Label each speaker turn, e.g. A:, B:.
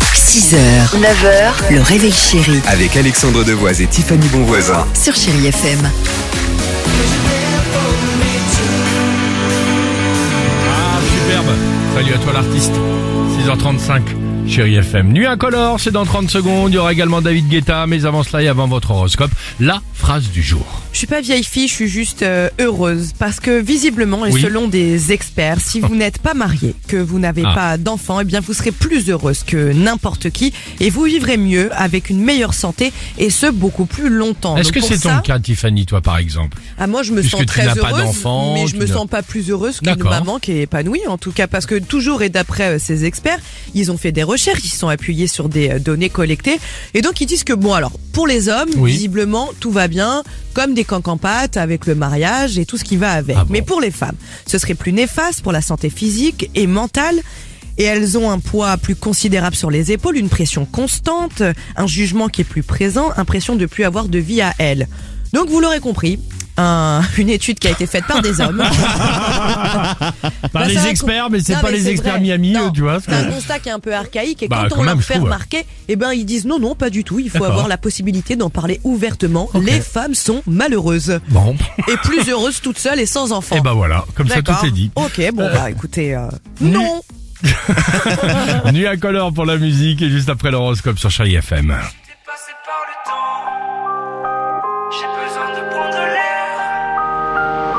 A: 6h, 9h, le réveil chéri
B: Avec Alexandre Devoise et Tiffany Bonvoisin.
A: sur Chéri FM.
C: Ah, superbe. Salut à toi l'artiste. 6h35, chérie FM. Nuit incolore, c'est dans 30 secondes. Il y aura également David Guetta, mais avant cela et avant votre horoscope, la phrase du jour.
D: Je suis pas vieille fille, je suis juste euh, heureuse parce que visiblement et
C: Oui. Oh.
D: selon des experts, si vous n'êtes pas marié, que vous n'avez
C: Ah.
D: pas d'enfant, eh bien vous serez plus heureuse que n'importe qui et vous vivrez mieux avec une meilleure santé et ce beaucoup plus longtemps.
C: Est-ce
D: Donc
C: que
D: pour
C: c'est ton
D: ça,
C: cas, Tiffany, toi, par exemple
D: ah, moi je me
C: puisque
D: sens
C: tu
D: très
C: n'as
D: heureuse,
C: pas d'enfant,
D: mais je
C: tu
D: me
C: n'as-
D: sens pas plus heureuse qu'une
C: D'accord.
D: maman qui est épanouie en tout cas parce que toujours et d'après euh, ces experts, ils ont fait des recherches, ils se sont appuyés sur des euh, données collectées et donc ils disent que bon alors pour les hommes
C: Oui.
D: visiblement tout va bien comme des cancampates avec le mariage et tout ce qui va avec.
C: Ah bon
D: Mais pour les femmes, ce serait plus néfaste pour la santé physique et mentale. Et elles ont un poids plus considérable sur les épaules, une pression constante, un jugement qui est plus présent, impression de plus avoir de vie à elles. Donc vous l'aurez compris, un- une étude qui a été faite par des hommes.
C: Par
D: Bah,
C: les
D: c'est vrai
C: experts,
D: qu'on-
C: mais c'est
D: Non,
C: pas
D: mais
C: les
D: c'est
C: experts
D: vrai.
C: Miami,
D: Non.
C: eux, tu vois. ce que-
D: C'est un constat qui est un peu archaïque et
C: Bah,
D: quand
C: quand
D: on
C: même,
D: leur
C: je
D: fait
C: trouve, ouais.
D: remarquer, eh ben ils disent non non pas du tout, il faut
C: D'accord.
D: avoir la possibilité d'en parler ouvertement. Les femmes sont malheureuses
C: Bon,
D: et plus heureuses toutes seules et sans enfants.
C: et bah voilà, comme ça tout
D: D'accord.
C: est dit.
D: OK, bon bah écoutez euh, non.
C: Nuit incolore pour la musique et juste après l'horoscope sur chérie FM.
E: dépassé par le temps. J'ai besoin de prendre l'air.